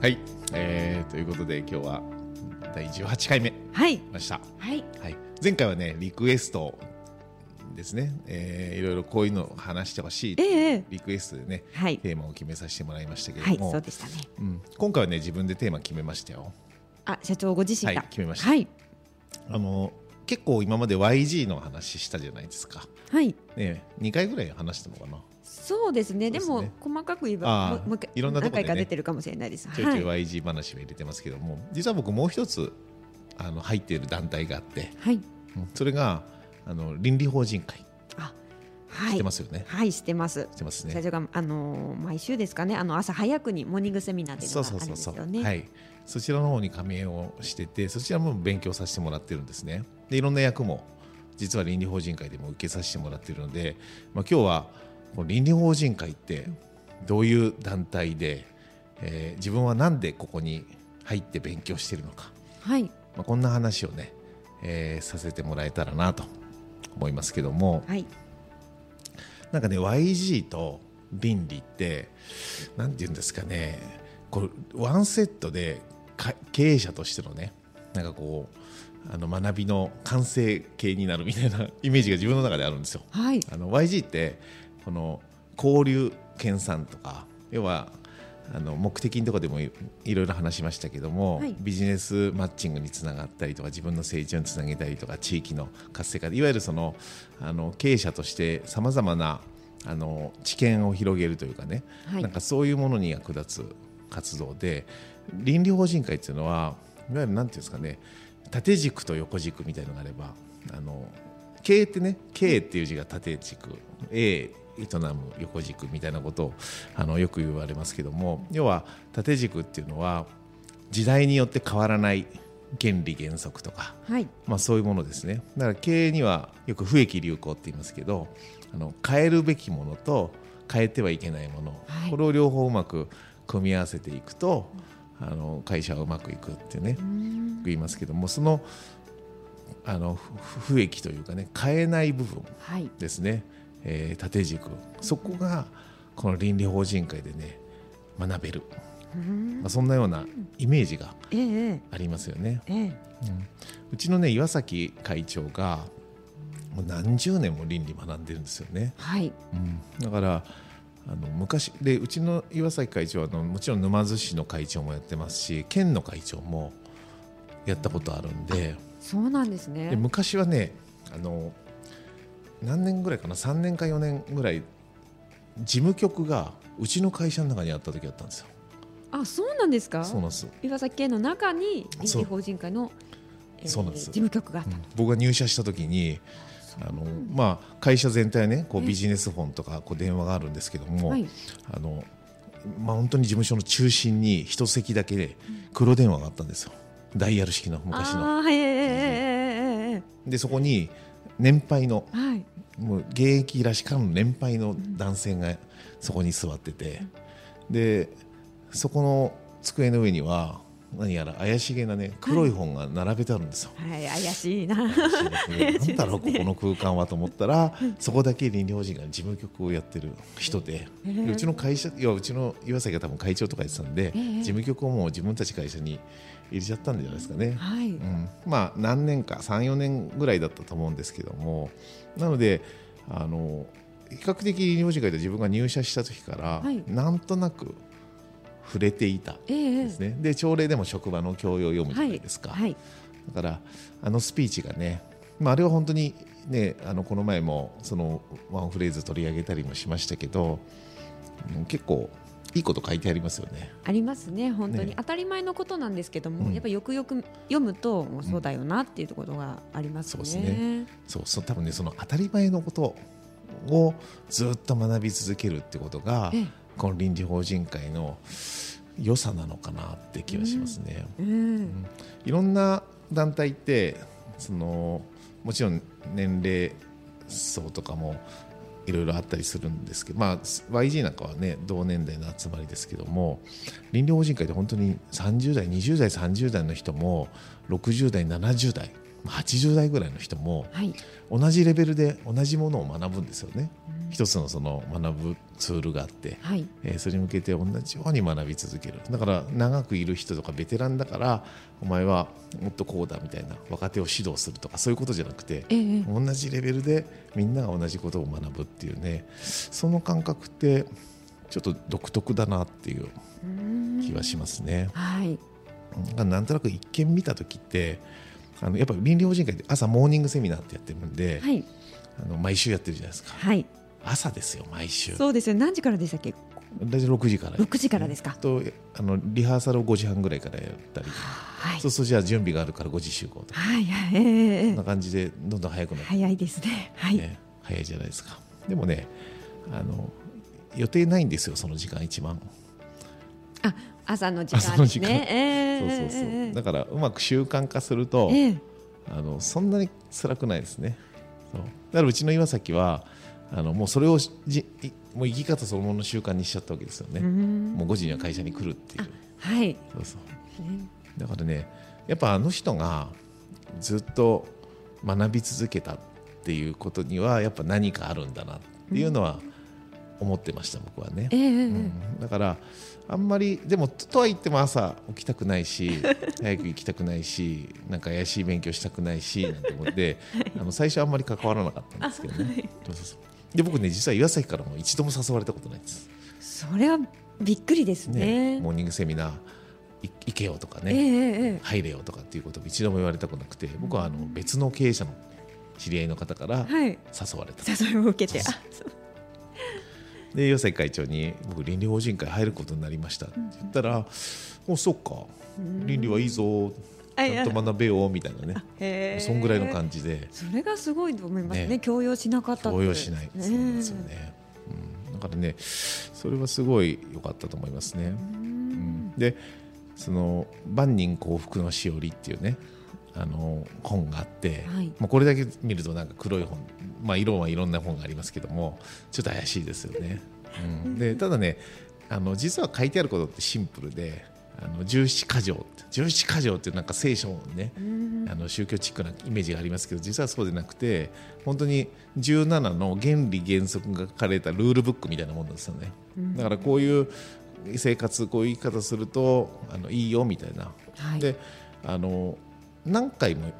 はい、えー、ということで今日は第18回目はいました、はいはい、前回はねリクエストですね、えー、いろいろこういうのを話してほしいってええリクエストでね、はいテーマを決めさせてもらいましたけはれいども、そうでしたねうん、今回はね自分でテーマ決めましたよあ社長ご自身がはい決めましたはいあの結構今まで YG の話したじゃないですか、はいね、2回ぐらい話したのかなそうですね。そうでですねも細かく言えあばーもうもう一回いろんなとこでね何回か出てるかもしれないです。ちょいちはょい YG 話を入れてますけども、実は僕もう一つあの入っている団体があってはい。うんそれがあの倫理法人会知あ、はい。ってますよね、はい、してます。知ってます社ね長があのー毎週ですかね、あの朝早くにモーニングセミナーっていうそのうがあそるうんそですよね。うそうはいそちらの方に加盟をしててそちらも勉強させてもらってるんですねでいろんな役も実は倫理法人会でも受けさせてもらってるので、まあ、今日はこの倫理法人会ってどういう団体で、えー自分はなんでここに入って勉強してるのかはい。まあ、こんな話をね、えーさせてもらえたらなと思いますけどもはい。なんかね YG と倫理ってなんて言うんですかねこうワンセットでか経営者としてのねなんかこうあの学びの完成形になるみたいなイメージが自分の中であるんですよ。はい。あの YG ってこの交流研鑽とか要はあの目的のとこでもいいろいろ話しましたけども、はいビジネスマッチングにつながったりとか自分の成長につなげたりとか地域の活性化いわゆるそのあの経営者としてさまざまなあの知見を広げるというかね、はいなんかそういうものに役立つ活動で倫理法人会っていうのはいわゆるなんていうんですかね縦軸と横軸みたいのがあればあの経営ってね経営っていう字が縦軸 A 営む横軸みたいなことをあのよく言われますけども要は縦軸っていうのは時代によって変わらない原理原則とかはい。まあ、そういうものですねだから経営にはよく不益流行って言いますけどあの変えるべきものと変えてはいけないもの、はいこれを両方うまく組み合わせていくとあの会社はうまくいくってね言いますけどもそのあのふ不益というかね変えない部分はい。ですね、えー縦軸そこがこの倫理法人会でね学べる、まあ、そんなようなイメージがええありますよね。ええ。うちのね岩崎会長がもう何十年も倫理学んでるんですよね、はい。だからあの昔でうちの岩崎会長はあのもちろん沼津市の会長もやってますし県の会長もやったことあるんでそうなんですでね。昔はねあの何年ぐらいかな3年か4年ぐらい事務局がうちの会社の中にあった時だったんですよ。あ、そうなんですか。そうなんです岩崎県の中に臨そう時法人会の、えーそうなんです事務局があった。僕が入社した時にあの、まあ、会社全体ねこうええビジネス本とかこう電話があるんですけども、はいあのまあ、本当に事務所の中心に一席だけで黒電話があったんですよダイヤル式の昔の。ああー、はい、ええええええええでそこに年配のええはい。もう現役らしからぬ年配の男性がそこに座ってて、でそこの机の上には何やら怪しげなね黒い本が並べてあるんですよ。はい、怪しいな。 なんだろうここの空間はと思ったらそこだけ倫理法人が事務局をやってる人ででうちの会社いやうちの岩崎が多分会長とか言ってたんで事務局をもう自分たち会社に入れちゃったんじゃないですかね。はい、うん、まあ何年か34年ぐらいだったと思うんですけどもなのであの比較的倫理法人会で自分が入社した時から、はいなんとなく触れていたえええですねで朝礼でも職場の教養を読えむじゃないですか。はい、だからあのスピーチがね、まあ、あれは本当に、ね、あのこの前もそのワンフレーズ取り上げたりもしましたけどうん結構いいこと書いてありますよね。ありますね本当に、ね当たり前のことなんですけども、うんやっぱりよくよく読むともうそうだよなっていうところがありますね。そうですねそうそう多分ねその当たり前のことをずっと学び続けるってことがええこの倫理法人会の良さなのかなって気がしますね。うんいろんな団体ってそのもちろん年齢層とかもいろいろあったりするんですけど、まあ、YG なんかは、ね、同年代の集まりですけども臨療法人会って本当に30代20代30代の人も60代70代まあ80代ぐらいの人もはい同じレベルで同じものを学ぶんですよね。一つのその学ぶツールがあって、はいえーそれに向けて同じように学び続けるだから長くいる人とかベテランだからお前はもっとこうだみたいな若手を指導するとかそういうことじゃなくて、ええ同じレベルでみんなが同じことを学ぶっていうねその感覚ってちょっと独特だなっていう気はしますね。はいうんなんとなく一見見た時ってあのやっぱり倫理法人会って朝モーニングセミナーってやってるんで、はいあの毎週やってるじゃないですかはい朝ですよ毎週そうですよ何時からでしたっけ大体6時から6時からですかとあのリハーサルを5時半ぐらいからやったり、はいそうそうじゃあ準備があるから5時集合とか、はいはいえええそんえな感じでどんどん早くなって、早いですねはいね早いじゃないですかでもねあの予定ないんですよその時間一番、あ朝の時間朝のです時間ねえそうえそうそう、ええだからうまく習慣化すると、ええあのそんなに辛くないですねそうだからうちの岩崎はあのもうそれをじいもう生き方そのものの習慣にしちゃったわけですよね、うんもう5時には会社に来るっていうはいそうそうだからねやっぱあの人がずっと学び続けたっていうことにはやっぱ何かあるんだなっていうのは思ってました、僕はね、ええええうんだからあんまりでもととは言っても朝起きたくない し早く行きたくないしなんか怪しい勉強したくないしなんて思って、あの最初あんまり関わらなかったんですけどね、そうそうそうで僕ね実は岩崎からも一度も誘われたことないです。それはびっくりですねねモーニングセミナーい行けよとかね、ええええ入れよとかっていうことを一度も言われたくなくて僕はあの別の経営者の知り合いの方からはい誘われた、誘いを受けてそうあそうで予選会長に「僕倫理法人会入ることになりました」って言ったら「おそっか倫理はいいぞあちゃんと学べよ」みたいなねへえそんぐらいの感じでそれがすごいと思いますねね強要しなかったって動揺しないええそうなんですよね、うん、だからねそれはすごい良かったと思いますね、うんでその「万人幸福のしおり」っていうねあの本があって、はいまあ、これだけ見るとなんか黒い本、まあ、色はいろんな本がありますけどもちょっと怪しいですよね。うん、でただねあの実は書いてあることってシンプルであの十七箇条って十七箇条ってなんか聖書のねあの宗教チックなイメージがありますけど実はそうでなくて本当に17の原理原則が書かれたルールブックみたいなものですよね。だからこういう生活こういう言い方するとあのいいよみたいなはいであの何回も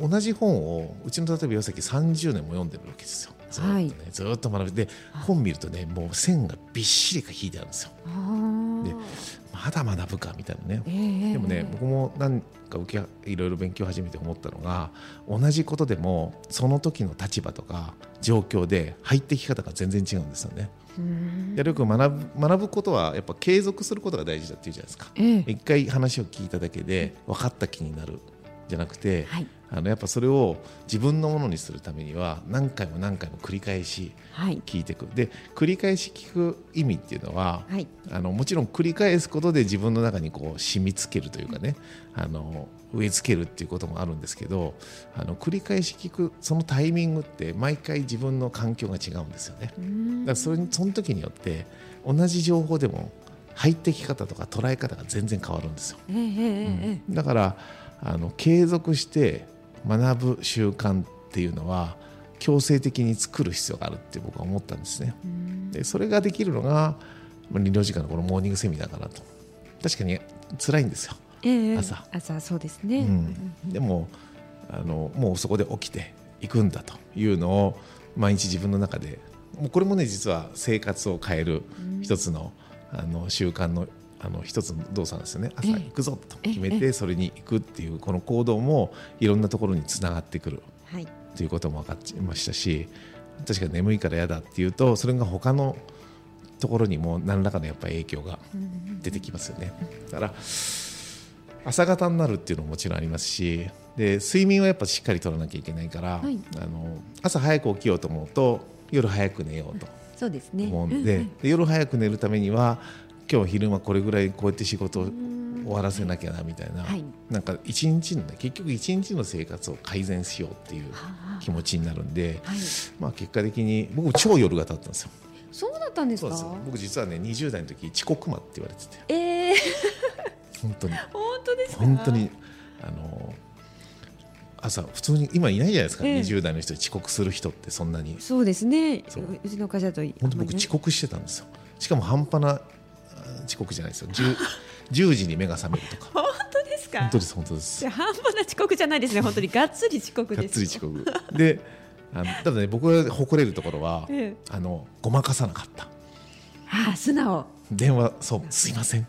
同じ本をうちの例えば岩崎30年も読んでるわけですよずっとね、はいずっと学びで本見るとねもう線がびっしりが引いてあるんですよあーでまだ学ぶかみたいなね、ええええでもね僕も何か受けいろいろ勉強を始めて思ったのが同じことでもその時の立場とか状況で入ってき方が全然違うんですよね。やるく学ぶ学ぶことはやっぱ継続することが大事だっていうじゃないですか。ええ一回話を聞いただけで分かった気になるじゃなくて、はいあのやっぱそれを自分のものにするためには何回も何回も繰り返しはい聞いていくで繰り返し聞く意味っていうのは、はいあのもちろん繰り返すことで自分の中にこう染みつけるというかねあの植え付けるっていうこともあるんですけどあの繰り返し聞くそのタイミングって毎回自分の環境が違うんですよね。だからそれにその時によって同じ情報でも入ってき方とか捉え方が全然変わるんですよ。ええええええだからあの継続して学ぶ習慣っていうのは強制的に作る必要があるって僕は思ったんですね。でそれができるのがまあ理療時間のこのモーニングセミナーかなと確かに辛いんですよ、ええ朝朝そうですね、うんでもあのもうそこで起きていくんだというのを毎日自分の中でもうこれもね実は生活を変える一つの,、あの習慣のあの一つの動作なんですよね朝ええ行くぞと決めてそれに行くっていうこの行動もいろんなところにつながってくるはいということも分かってましたし確かに眠いから嫌だっていうとそれが他のところにも何らかのやっぱ影響が出てきますよね。だから朝方になるっていうのももちろんありますしで睡眠はやっぱしっかり取らなきゃいけないから、はいあの朝早く起きようと思うと夜早く寝ようとそうですね思うんで,、で夜早く寝るためには今日昼間これぐらいこうやって仕事を終わらせなきゃなみたいな、はいなんか一日のね結局一日の生活を改善しようっていうはあ気持ちになるんで、はいまあ、結果的に僕も超夜型だったんですよそうだったんですそうかです僕実はね20代の時遅刻魔って言われててえー、本当に本当ですか本当にあの朝普通に今いないじゃないですか、ええ20代の人で遅刻する人ってそんなにそうですねそううちの会社だと本当僕遅刻刻してたんですよしかも半端なあ遅刻じゃないですよ 10, 10時に目が覚めるとか本当ですか本当です本当ですじゃあ半端な遅刻じゃないですね本当にがっつり遅刻がでっすつり遅刻であのただね僕が誇れるところは、ええあのごまかさなかったああ素直電話そうすいません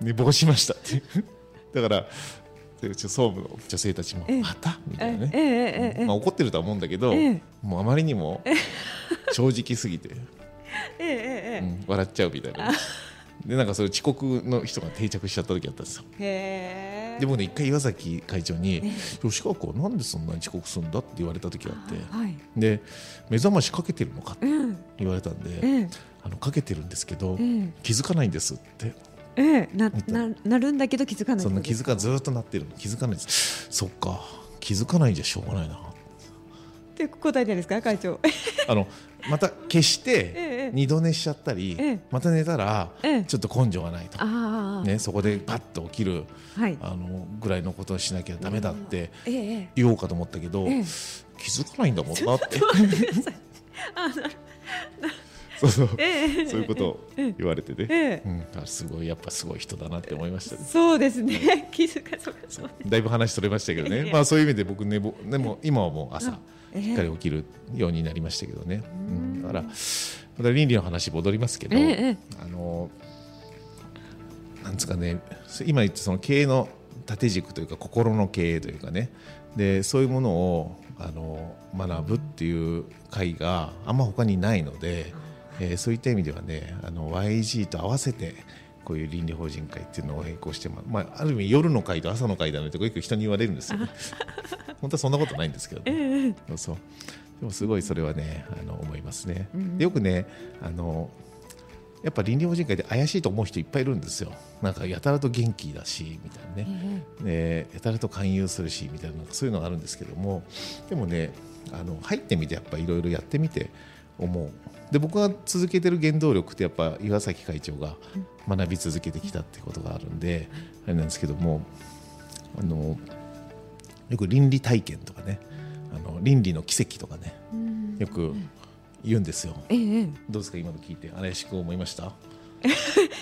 寝坊しましたってだからでうちの総務の女性たちもええまたみたえいなねえええええまあ、怒ってるとは思うんだけど、ええもうあまりにも正直すぎて、ええうえん笑っちゃうみた いな。でなんかそれ遅刻の人が定着しちゃった時あったんですよ。えへえで僕ね一回岩崎会長に「吉川君はなんでそんなに遅刻するんだ?」って言われた時があってはい「で目覚ましかけてるのか?」ってうん言われたんえでえ「あのかけてるんですけどええ気づかないんです」ってええなななるんだけど気づかないそんな気づかずずーっとなってる気づかないですそっか気づかないじゃしょうがな いなって答えてるんですか会長あのまた消しええて二度寝しちゃったり、ええまた寝たらええちょっと根性がない と、ああ、ね、そこでパッと起きるはいあのぐらいのことをしなきゃダメだってええええ言おうかと思ったけど、ええ気づかないんだもんなってあなそうそうええええそういうことを言われてね、ええうん、だからすごいやっぱすごい人だなって思いましたね。そうですね 気づかそうかそうですだいぶ話取れましたけどいえいねえ、まあ、そういう意味で僕寝ぼでも今はもう朝ええしっかり起きるようになりましたけどね、うん、だからまた倫理の話戻りますけど、ええええあのなんですかね今言ったその経営の縦軸というか心の経営というかねでそういうものをあの学ぶっていう会があんま他にないので、えーそういった意味ではねあの YG と合わせてこういう倫理法人会っていうのを並行してま、まあ、ある意味夜の会と朝の会だねとかよく人に言われるんで すよね本当はそんなことないんですけどね、そうそうでもすごいそれはねあの思いますね、でよくねあのやっぱ倫理法人会で怪しいと思う人いっぱいいるんですよなんかやたらと元気だしみたいなね、でやたらと勧誘するしみたいななんかそういうのがあるんですけどもでもねあの入ってみてやっぱいろいろやってみて思うで僕が続けてる原動力ってやっぱ岩崎会長が学び続けてきたってことがあるんであれなんですけどもあのよく倫理体験とかねあの倫理の奇跡とかねよく言うんですよ。ええええどうですか今の聞いて怪しく思いました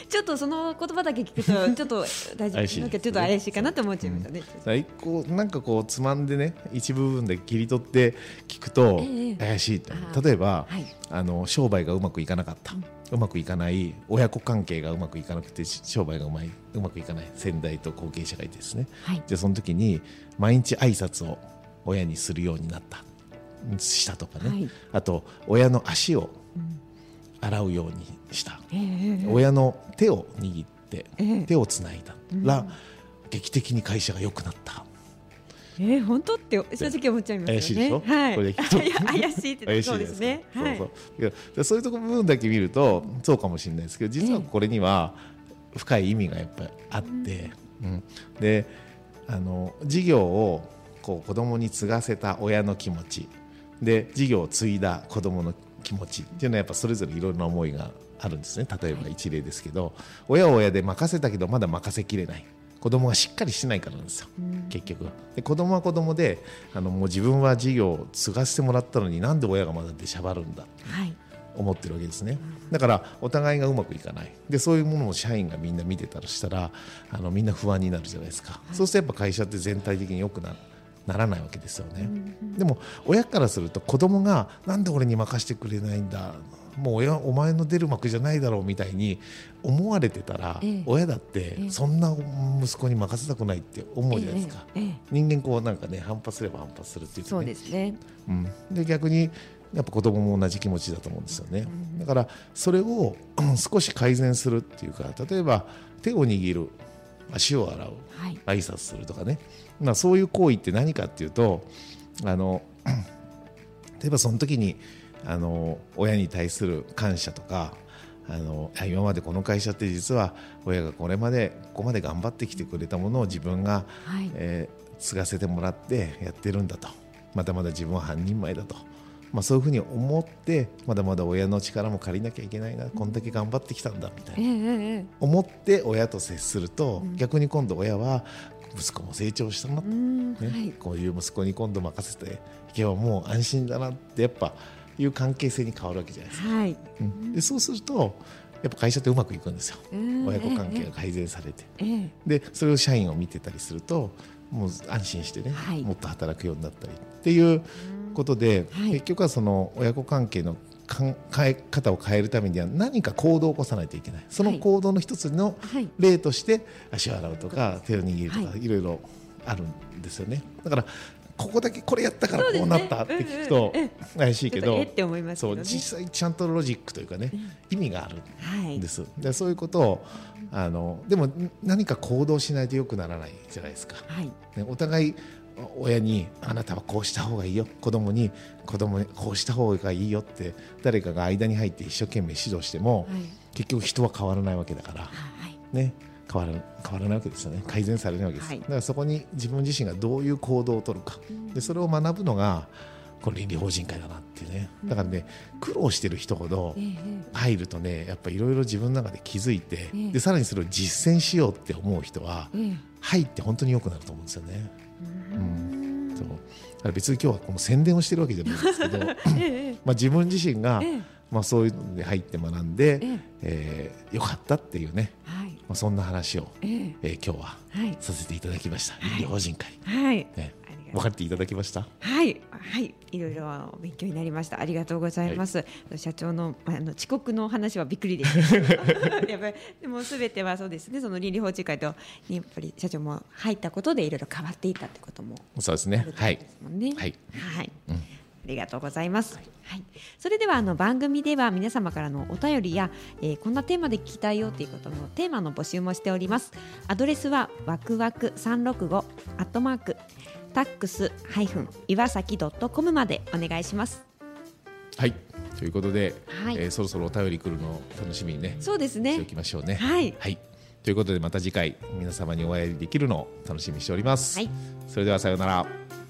ちょっとその言葉だけ聞く とちょっと大丈怪夫しいなんかですちょっと怪しいかなって思っちゃいましたね、だから一個なんかこうつまんでね一部分で切り取って聞くとええ怪しいってあー例えば、はいあの商売がうまくいかなかった、うまくいかない親子関係がうまくいかなくてし商売がうまいうまくいかない先代と後継者がいてですね、はいじゃあその時に毎日挨拶を親にするようになったしたとかね、はいあと親の足を洗うようにした、ええええ親の手を握って、ええ手をつないだら、劇的に会社が良くなったええ本当って正直思っちゃいますよね怪しいでしょはいこれで聞くといや 怪しいって怪しいじそゃうないですねかはいそうそういやでそういうとこ部分だけ見るとそうかもしれないですけど実はこれには深い意味がやっぱりあって、うんであの事業をこう子供に継がせた親の気持ちで事業を継いだ子供の気持ちっていうのはやっぱそれぞれいろいろな思いがあるんですね例えば一例ですけど、親は親で任せたけどまだ任せきれない子供がしっかりしてないからなんですよ、結局で子供は子供であのもう自分は事業を継がせてもらったのになんで親がまだ出しゃばるんだはい思ってるわけですねだからお互いがうまくいかないでそういうものを社員がみんな見てたらしたらあのみんな不安になるじゃないですか、そうするとやっぱ会社って全体的に良くなならないわけですよね、でも親からすると子供がなんで俺に任せてくれないんだもう親お前の出る幕じゃないだろうみたいに思われてたら、ええ親だってそんな息子に任せたくないって思うじゃないですか、ええええ人間こうなんかね反発すれば反発するっていうかそうねですねうん、で逆にやっぱ子供も同じ気持ちだと思うんですよね、だからそれをうん少し改善するっていうか例えば手を握る足を洗うはい挨拶するとかね、まあ、そういう行為って何かっていうとあの 例えばその時にあの親に対する感謝とかあのあ今までこの会社って実は親がこれまでここまで頑張ってきてくれたものを自分が、はいえー継がせてもらってやってるんだとまだまだ自分は半人前だと、まあ、そういうふうに思ってまだまだ親の力も借りなきゃいけないなこんだけ頑張ってきたんだみたいなえええ思って親と接すると、うん逆に今度親は息子も成長したな、えうんねはいこういう息子に今度任せていけばもう安心だなってやっぱいう関係性に変わるわけじゃないですかはいうんでそうするとやっぱ会社ってうまくいくんですようん親子関係が改善されてええでそれを社員を見てたりするともう安心してね、はいもっと働くようになったりっていうことで、はい結局はその親子関係の考え方を変えるためには何か行動を起こさないといけないその行動の一つのはい例として足を洗うとか手を握るとか、はいい、ろいろあるんですよねだからここだけこれやったからこうなったって聞くそうとですね怪しいちょっけとど、えって思いますけそどうね実際ちゃんとロジックというかね意味があるはんいです、でそういうことをあのでもん何か行動しないと良くならないじゃないですか、はいね、お互いお親にあなたはこうした方がいいよ子供に子供にこうした方がいいよって誰かが間に入って一生懸命指導しても、はい結局人は変わらないわけだから、はいね、変わら変わらないわけですよね改善されないわけです、はいだからそこに自分自身がどういう行動を取るか、でそれを学ぶのがこの倫理法人会だなってねだからね苦労してる人ほどええ入るとねやっぱいろいろ自分の中で気づいて、ええでさらにそれを実践しようって思う人は、えええ入って本当に良くなると思うんですよね。えうん、そうだから別に今日はこの宣伝をしてるわけじゃないんですけど ま えええあ自分自身が、ええまあ、そういうので入って学んで、えええーよかったっていうね、はいまあ、そんな話をえええー今日ははいさせていただきました。はい倫理法人会、はいねありがとうございます分かっていただきました。はい、はい、いろいろお勉強になりました。ありがとうございます。社長の、あの遅刻の話はびっくりでした。やっぱり、でも、すべてはそうですね。その倫理法治会と、にやっぱり社長も入ったことで、いろいろ変わっていったってことも。そうですあねる。はいで。すもんね。はいはいうんありがとうございます。はい、それではあの番組では皆様からのお便りや、えーこんなテーマで聞きたいよということのテーマの募集もしております。アドレスはわくわく三六五アットマークタックスハイフン岩崎ドットコムまでお願いします。はい。ということで、はいえーそろそろお便り来るのを楽しみにね、そうですしておねき。ましょうね。はいはい。ということでまた次回皆様にお会いできるのを楽しみにしております。はいそれではさようなら。